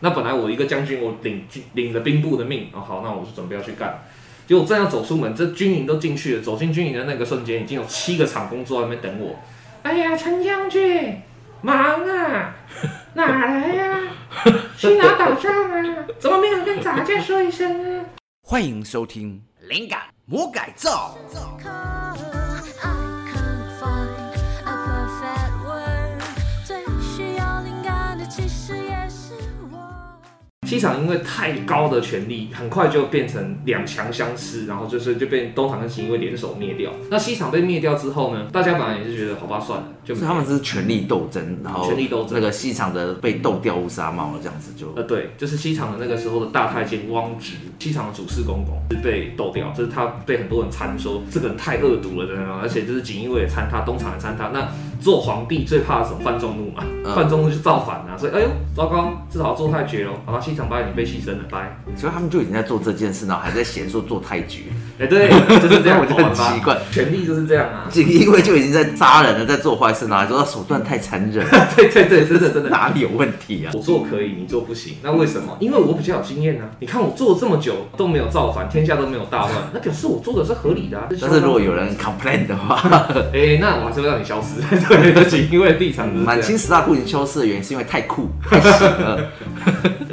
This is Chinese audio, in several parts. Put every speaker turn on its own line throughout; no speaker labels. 那本来我一个将军，我领军领着兵部的命，哦好，那我就准备要去干。结果正要走出门，这军营都进去了。走进军营的那个瞬间，已经有七个厂工坐在那边等我。哎呀，陈将军，忙 啊，哪来呀、 去哪打仗啊？ 怎么没有跟咱家说一声呢？
欢迎收听《灵感魔改造》。
I can't find a perfect word，最需要灵感的其实也是我。
西厂因为太高的权力，很快就变成两强相思，然后就是就变东厂跟西因为联手灭掉。那西厂被灭掉之后呢，大家本来也是觉得好吧，算了，就
所以他们是权力斗争，然后
权力斗争
那个西厂的被斗掉乌纱帽了，这样子就
呃，对，就是西厂的那个时候的大太监汪直，西厂的主事公公是被斗掉，就是他被很多人参说这个人太恶毒了，真的，而且就是锦衣卫也参他，东厂也参他。那做皇帝最怕什么？犯众怒嘛，
嗯
犯众怒就造反啊，所以哎呦，糟糕，至少做太绝了，好吧，西厂八已经被牺牲了，拜。
所以他们就已经在做这件事，然后还在嫌说做太局，
哎、对， 就是这样，
我觉得很
好玩吧
奇怪，
权力就是这样啊。
锦衣卫就已经在扎人了，在做坏事，然后还说手段太残 忍，
对对对，真的真的。
哪里有问题啊？
我做可以，你做不行，那为什么？因为我比较有经验啊。你看我做了这么久都没有造反，天下都没有大乱，那表示我做的是合理的、啊。
但是如果有人 complain 的 话，
哎、那我还是会让你消失。 对，不起，因为立场就是这
满
样。
清十大酷刑消失的原因是因为太酷太邪 恶，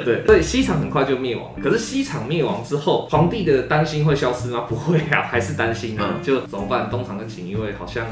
对，所以西厂很快就灭亡。可是西厂灭亡之后，皇帝的担心会消失吗？不会啊， 还是担心啊。
嗯
就怎么办？东厂跟锦衣卫好像。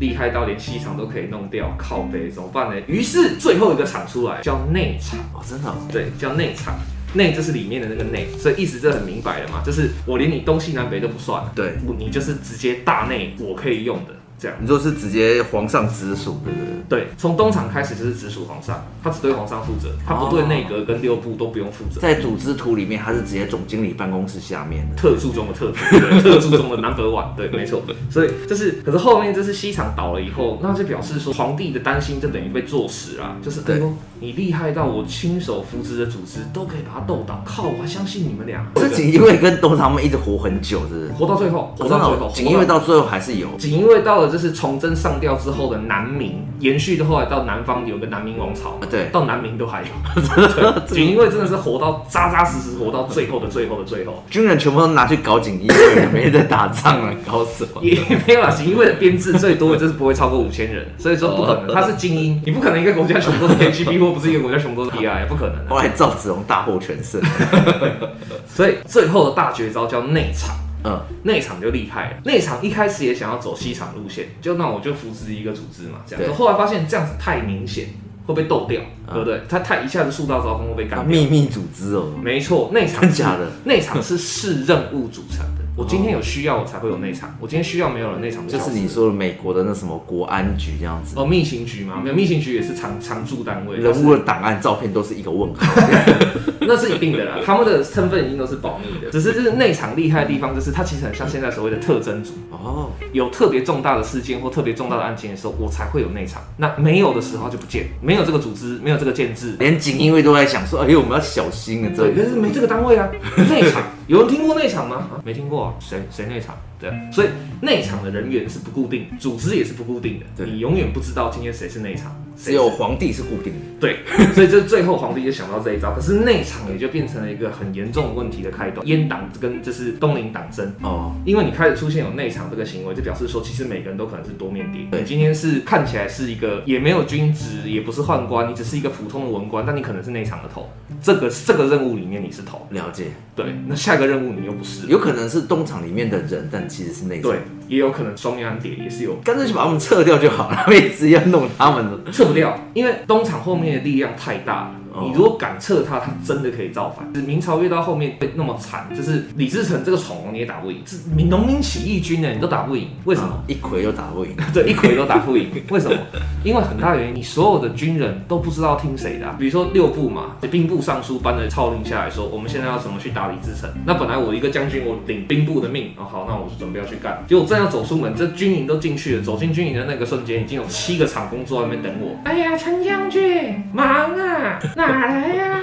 厉害到连西厂都可以弄掉，靠背怎么办呢？于是最后一个厂出来叫内厂，
哦，真的哦、
对，叫内厂。内就是里面的那个内，所以意思这很明白了嘛，就是我连你东西南北都不算了，
对，
我你就是直接大内我可以用的这样。
你说是直接皇上直属，对不对？
对，从东厂开始就是直属皇上，他只对皇上负责，他不对内阁跟六部都不用负责。
哦在组织图里面，他是直接总经理办公室下面的。
特助中的特助，对特助中的 number one，对，没 错。所以就是，可是后面这是西厂倒了以后，那就表示说皇帝的担心就等于被坐实啊，就是哎
对
呦，你厉害到我亲手扶植的组织都可以把它斗倒，靠，我还相信你们 俩。
是锦衣卫跟东厂他们一直活很久，是不是？
活到最后，活
我
到
哦真
最后，
的，锦衣卫
活
到最后还是有。
锦衣卫到了，就是崇祯上吊之后的南明，延续的后来到南方有个南明王朝，
对
到南明都还有。对锦衣卫真的是活到扎扎实实，活到最后的最后的最后，
军人全部都拿去搞锦衣卫，没在打仗了，搞什 么？
也没有啦。锦衣卫的编制最多的就是不会超过五千人，所以说不可能，他是精英，你不可能一个国家全部都是 KGB 或不是一个国家全部都是 PI，不可能的。
后来赵子龙大获 全胜，
所以最后的大绝招叫内场。
嗯，
内场就厉害了，内场一开始也想要走西厂路线，就那我就扶植一个组织嘛，这样。
对
可后来发现这样子太明显，会被斗掉，对不对？他太一下子树大招风会被干
啊
掉。
秘密组织哦，
没错，内场
真
是
假的哦
内场是视任务组成的。我今天有需要，我才会有内场；我今天需要没有了，内场
就是
消失
你说的美国的那什么国安局这样子，
哦，密行局嘛，没有密行局也是常常驻单位，
嗯人物的档案照片都是一个问号，
那是一定的啦，他们的身份已经都是保密 的。只是就是内场厉害的地方，就是它其实很像现在所谓的特征组，
哦，
有特别重大的事件或特别重大的案件的时候，我才会有内场。那没有的时候就不见，没有这个组织，没有这个建制，
连锦衣卫都在想说，哎呦，我们要小心啊，
对，
这
但是没这个单位 啊。内场有人听过内场吗？啊没听过、啊，谁谁内场？对啊，所以内场的人员是不固定，组织也是不固定的，
对
你永远不知道今天谁是内场，谁
只有
是
皇帝是固定的，
对， 所以这最后皇帝就想到这一招，可是内场也就变成了一个很严重的问题的开端，阉党跟就是东林党争。
哦，
因为你开始出现有内场这个行为，就表示说，其实每个人都可能是多面谍。你今天是看起来是一个也没有军职，也不是宦官，你只是一个普通的文官，但你可能是内场的头。这个这个任务里面你是头，
了解，
对，那下一个任务你又不是了，
嗯有可能是东厂里面的人，但其实是内
对
对，，
也有可能双面暗谍也是有
干脆就把他们撤掉就好了，他们一直要弄他们的，
撤不掉，因为东厂后面的力量太大了。
哦
你如果敢撤他，他真的可以造反。就是明朝越到后面被那么惨，就是李自成这个宠王你也打不赢，是你农民起义军呢你都打不赢，为什么？
一奎又打不赢，
这一回都打不赢，为什么？因为很大原因，你所有的军人都不知道听谁的啊、比如说六部嘛，兵部尚书颁的诏令下来说，我们现在要怎么去打理之城？那本来我一个将军，我领兵部的命，哦好，那我就准备要去干。结果正要走出门，这军营都进去了，走进军营的那个瞬间，已经有七个厂工坐在那边等我。哎呀，嗯 陈将军，忙啊，哪来呀、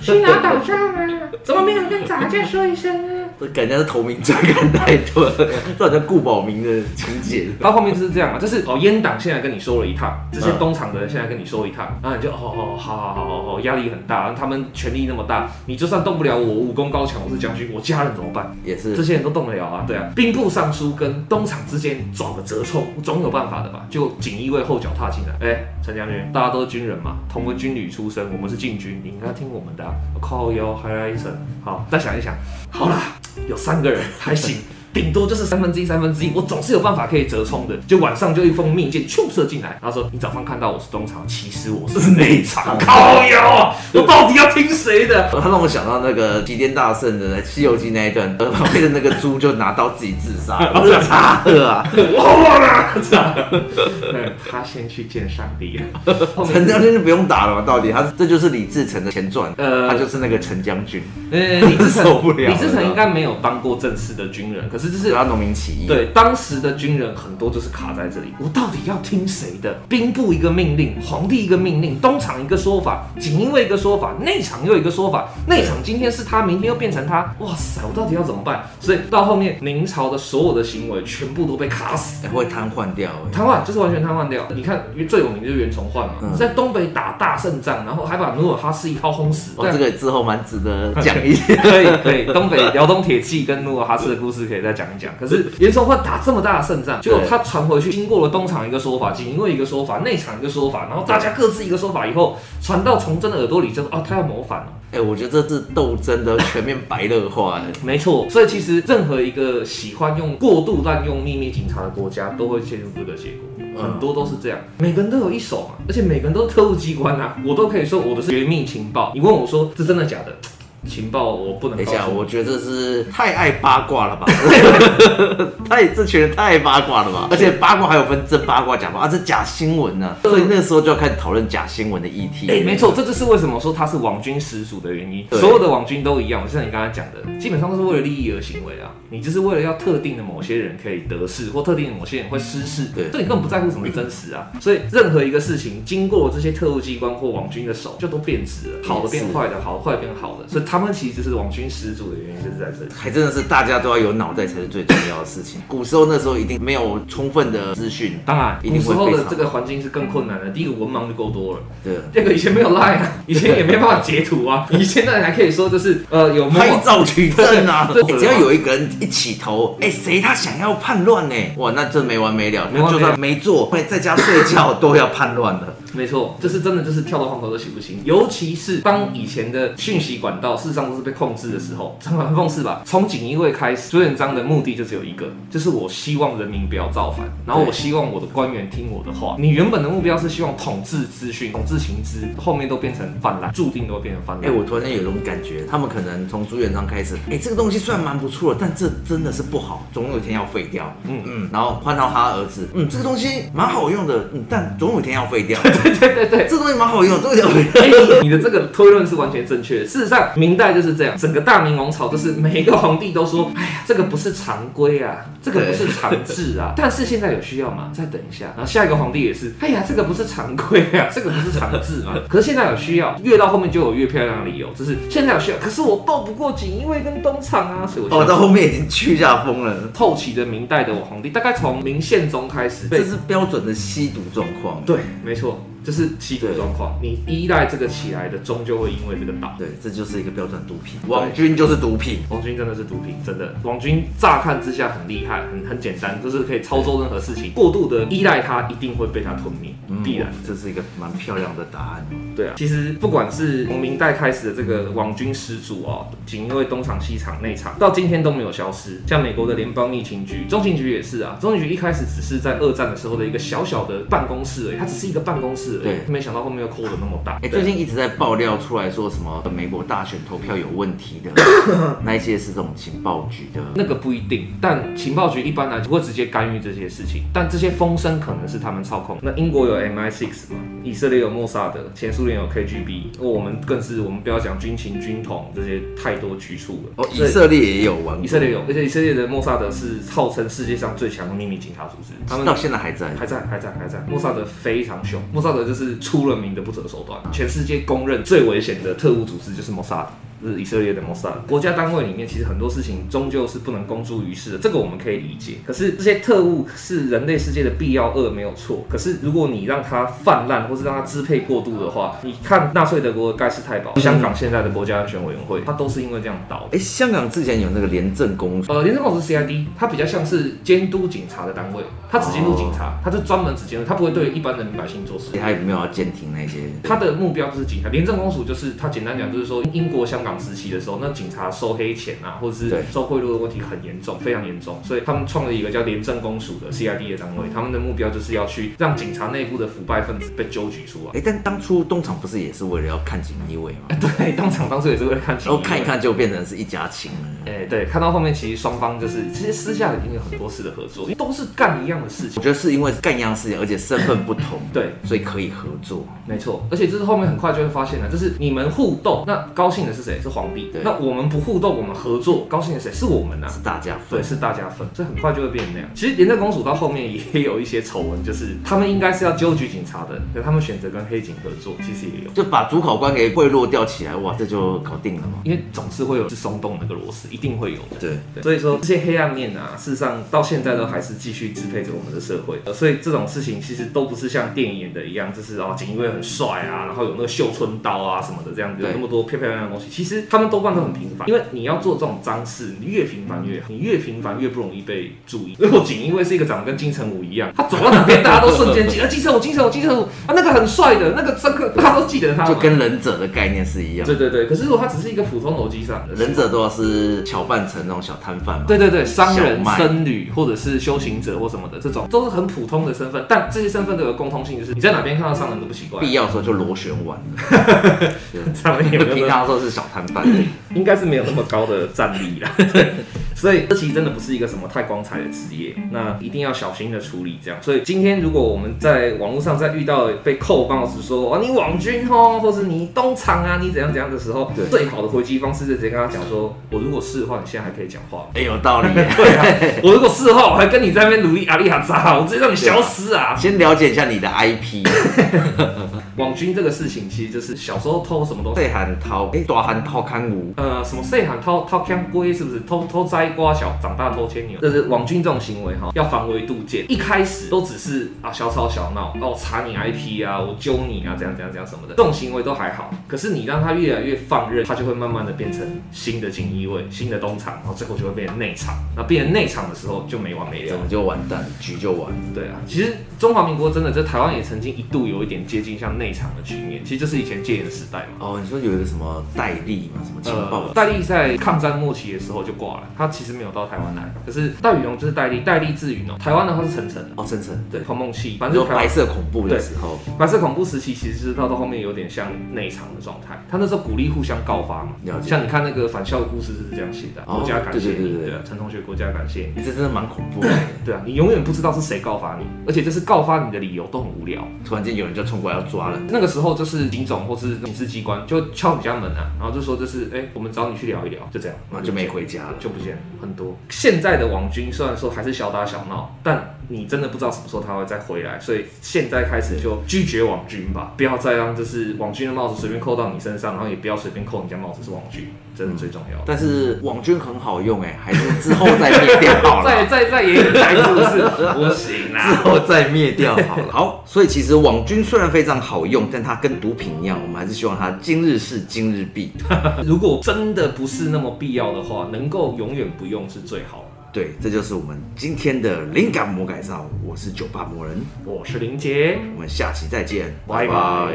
去哪打仗啊？ 怎么没有跟大家说一声呢？
这感觉是投名状感太多了，这好像顾宝明的情节。
到后面就是这样啊，就是哦，阉党现在跟你说了一趟，这些
嗯
东厂的人现在跟你说一趟，然后你就哦哦，好好好好好，压力很大，他们权力那么大，你就算动不了我，武功高强，我是将军，我家人怎么办？
也
这
是
些人都动得了啊，对啊，兵部尚书跟东厂之间找个折冲，总有办法的吧？就锦衣卫后脚踏进来，哎，陈将军，大家都是军人嘛，同个军旅出身，我们是禁军，你应该听我们的、啊。靠腰，嗨啦一声，好，再想一想，好啦，有三个人还 行。顶多就是三分之一、三分之一，我总是有办法可以折冲的。就晚上就一封密件咻射进来，他说：“你早上看到我是东厂，其实我是内厂。” 靠腰啊，我到底要听谁的？
他让我想到那个齐天大圣的《西游记》那一段，旁边的那个猪就拿刀自己自杀， 我是查尔啊，
我了，这样。 对他先去见上帝了，后
陈
面
将军就不用打了嘛，到底他这就是李自成的前传，
呃
他就是那个陈将军，
呃，李自
受不
成，
了了啊
李自成应该没有当过正式的军人，可是就是
主要农民起义，，
对，当时的军人很多就是卡在这里，我到底要听谁的？兵部一个命令，皇帝一个命令，东厂一个说法，锦衣卫一个说法，内厂又一个说法，内厂今天是他，明天又变成他，哇塞，我到底要怎么办？所以到后面，明朝的所有的行为全部都被卡死。
哎会瘫痪掉欸。
瘫痪就是完全瘫痪掉。你看最有名就是袁崇焕嘛，
嗯
在东北打大胜仗，然后还把努尔哈赤一炮轰死。
哦，这
对啊
个之后蛮值得讲一下。
可以可以，东北辽东铁骑跟努尔哈赤的故事可以再讲一讲。可是袁崇焕打这么大的胜仗，结果他传回去，经过了东厂一个说法，锦衣卫一个说法，内厂一个说法，然后大家各自一个说法以后，传到崇祯的耳朵里，就说啊，他要谋反了。
哎、我觉得这是斗争的全面白热化欸。
没错，所以其实任何一个喜欢用过度滥用秘密警察的国家，都会陷入这个结果。
嗯
很多都是这样，每个人都有一手嘛，而且每个人都是特务机关啊，我都可以说我的是绝密情报。你问我说这真的假的？情报我不能
等一
告
下，
诉
我
我。
觉得这是太爱八卦了吧？ 太这群人太爱八卦了吧？而且八卦还有分真八卦、假八卦，啊、这假新闻呢、所以那时候就要开始讨论假新闻的议题。
哎、没错，这就是为什么说他是网军始祖的原因。
对
所有的网军都一样，就像你刚才讲的，基本上都是为了利益而行为啊。你就是为了要特定的某些人可以得势，或特定的某些人会失势，
对
所以你根本不在乎什么是真实啊。所以任何一个事情经过这些特务机关或网军的手，就都变质了，好的变坏的，好的坏变好的。所以他们其实就是网军始祖的原因，就是在这里。
还真的是大家都要有脑袋才是最重要的事情。 古时候那时候一定没有充分的资讯，
当然，
一定
古
会
时候
非
的
常
这个环境是更困难的。第一个文盲就够 多了，
对，
第二个以前没有 Line 啊，以前也没办法截图啊， 以前那你还可以说就是呃有某
拍照取证 啊！
对
哎只要有一个人一起头，哎、谁他想要叛乱呢？哇，那这没完没了。
没完没了
就算没做，会在家睡 觉都要叛乱的。
没错，这是真的，就是跳到风口都洗不清。尤其是当以前的讯息管道事实上都是被控制的时候，这很讽刺吧？从锦衣卫开始，朱元璋的目的就只有一个，就是我希望人民不要造反，然后我希望我的官员听我的话。你原本的目标是希望统治资讯、统治情资，后面都变成泛滥，注定都变成泛
哎、
滥。
我突然间有种感觉，他们可能从朱元璋开始，哎、这个东西虽然蛮不错的，但这真的是不好，总有一天要废掉。嗯嗯，然后换到他儿子，嗯，这个东西蛮好用的，嗯，但总有一天要废掉。
对对对对。
这东西蛮好用，这个废掉。
哎你的这个推论是完全正确的。事实上，明代就是这样，整个大明王朝就是
嗯
每一个皇帝都说：“哎呀，这个不是常规啊，这个不是常制啊。”但是现在有需要吗？再等一下。然后下一个皇帝也是：“哎呀，这个不是常规啊，这个不是常制 嘛。”可是现在有需要，越到后面就有越漂亮的理由，就是现在有需要。可是我斗不过锦衣卫跟东厂啊，所以我现
哦，
在
到后面已经去下风了，
后期的明代的皇帝，大概从明宪宗开始，
这是标准的吸毒状况。
对，没错，就是吸毒状况。你依赖这个起来的，终究会因为这个倒。
对，这就是一个标准毒品，网军就是毒品。
网军真的是毒品，真的。网军乍看之下很厉害，很很简单，就是可以操作任何事情。过度的依赖它，一定会被它吞灭，
嗯
嗯必然。
这是一个蛮漂亮的答案。
对啊，其实不管是从明代开始的这个网军始祖哦，仅因为东厂、西厂、内厂，到今天都没有消失。像美国的联邦疫情局、中情局也是啊，中情局一开始只是在二战的时候的一个小小的办公室而已，它只是一个办公室而已，
对
没想到后面又扩的那么大。
哎、最近一直在爆料出来说什么美国大选投票有问题的， 那一些是这种情报局的。
那个不一定，但情报局一般来不会直接干预这些事情，但这些风声可能是他们操控。那英国有 MI6 嘛，以色列有莫萨德，前苏联有 KGB，我们更是我们不要讲军情、军统这些太多局处了。
哦，以色列也有玩
以色列有，而且以色列的莫萨德是号称世界上最强的秘密警察组织，他们
到现在还在。
还在，还在，还在。莫萨德非常凶，莫萨德就是出了名的不择手段，全世界公认最危险的特务组织就是莫萨德。是以色列的 Mossad。国家单位里面其实很多事情终究是不能公诸于世的，这个我们可以理解。可是这些特务是人类世界的必要恶，没有错。可是如果你让它泛滥，或是让它支配过度的话，你看纳粹德国的盖世太保，香港现在的国家安全委员会，它都是因为这样倒的。
哎，香港之前有那个廉政公署，
呃，廉政公署是 CID，它比较像是监督警察的单位，它只监督警
哦
察，它就专门只监督，它不会对一般人民百姓做事。
他也没有要监听那些。
他的目标就是警察，廉政公署就是他简单讲就是说，英国香港时期的时候，那警察收黑钱啊，或者是
对
收贿赂的问题很严重，非常严重，所以他们创了一个叫廉政公署的 CID 的单位，他们的目标就是要去让警察内部的腐败分子被揪举出来。
哎，但当初东厂不是也是为了要看锦衣卫吗？
对，当场当时也是为了看情
然
况，
后哦看一看就变成是一家亲了。
哎、对，看到后面其实双方就是其实私下已经有很多次的合作，因为都是干一样的事
我
情。
觉得是因为干一样事情，而且身份不同，
对，
所以可以合作。
没错，而且就是后面很快就会发现了，就是你们互动，那高兴的是谁？是皇帝
对。
那我们不互动，我们合作，高兴的是谁？是我们啊。
是大家分
对，。是大家分，所以很快就会变成那样。其实廉政公署到后面也有一些丑闻，就是他们应该是要纠举警察的，可他们选择跟黑警合作，其实也有，
就把主考官给贿赂掉起来，哇，这就搞定了嘛。
因为总是会有是松动那个螺丝，一定会有的。
对，
对，所以说这些黑暗面啊，事实上到现在都还是继续支配着我们的社会。呃所以这种事情其实都不是像电影演的一样，就是哦，锦衣卫很帅啊，然后有那个绣春刀啊什么的，这样子有
对
那么多漂漂亮亮的东西。其实他们多半都很平凡，因为你要做这种脏事，你越平凡越好，你越平凡越不容易被注意。如果锦衣卫是一个长得跟金城武一样，他走到哪边大家都瞬间记得 呃金城武，金城武，金城武啊，那个很帅的那个这个大家都记得他嘛。
就跟忍者的概念是一样，
对对对，可是如果他只是一个普通楼机上，
忍者都要是巧扮成那种小摊贩嘛。
对对对，商人
小、麦
僧侣或者是修行者或什么的，这种都是很普通的身份，但这些身份都有共通性，就是你在哪边看到商人都不奇 怪，
必要的时候就螺旋丸 了，
商人也没有
平
那么
常的时候是小摊贩，
应该是没有那么高的战力 啦。对，所以这其实真的不是一个什么太光彩的职业，那一定要小心的处理这样。所以今天如果我们在网络上再遇到被扣帽子说哦你网军哦，或是你东厂啊，你怎样怎样的时候
对，
最好的回击方式就直接跟他讲说，我如果是的话，你现在还可以讲话吗。
哎、有 道理。
对啊，我如果是的话，我还跟你在那边努力阿里哈扎，我直接让你消失啊！
先了解一下你的 IP，
网军这个事情，其实就是小时候偷什么东西，
对喊掏，哎、大喊掏看无，
呃，什么岁喊偷偷枪龟，是不是偷偷摘瓜小，长大偷牵牛？就是网军这种行为哈，要防微杜渐。一开始都只是啊小吵小闹，哦我查你 IP 啊，我揪你啊，怎样怎样怎样什么的，这种行为都还好。可是你让他越来越放任，他就会慢慢的变成新的锦衣卫、新的东厂，然后最后就会变成内厂。那变成内厂的时候就没完没了
怎。么就完蛋，局就完。
对啊，其实中华民国真的在台湾也曾经一度有一点接近像内场的局面，其实就是以前戒严时代嘛。呃
哦，你说有一个什么戴笠嘛，什么情报、
戴笠在抗战末期的时候就挂了，他其实没有到台湾来，可是戴雨农就是戴笠，戴笠治雨农，台湾的话是陈诚的，
哦，真诚，
对，彭梦器，反
你
正就
说
是台湾
白色恐怖的时候，
白色恐怖时期，其实是到到后面有点像内场的状态。他那时候鼓励互相告发嘛
了，解
像你看那个返校的故事是这样写的，
哦
国家感谢
对对对
你，
对
对啊，陈同学国家感谢你，
这真的蛮恐怖的。
对啊，你永远不知道是谁告发你，而且这是告发你的理由都很无聊。
突然间有人就冲过来要抓人，
那个时候就是警总或是警视机关就敲你家门啊，然后就说这是哎、我们找你去聊一聊，就这样，
然后就没回家了。
就不见了很多。现在的网军虽然说还是小打小闹，但你真的不知道什么时候他会再回来，所以现在开始就拒绝网军吧，不要再让就是网军的帽子随便扣到你身上，然后也不要随便扣人家帽子是网军，这是最重要的。
但是网军很好用哎，还是之后再灭掉好
再
了。
再再也有台是不是？ 不行
之
啦，
后再灭掉好了。好，所以其实网军虽然非常好用，但它跟毒品一样，我们还是希望它今日事今日毕。
如果真的不是那么必要的话，能够永远不用是最好的。
对，这就是我们今天的灵感魔改造。我是酒吧魔人，
我是林杰。
我们下期再见，
拜拜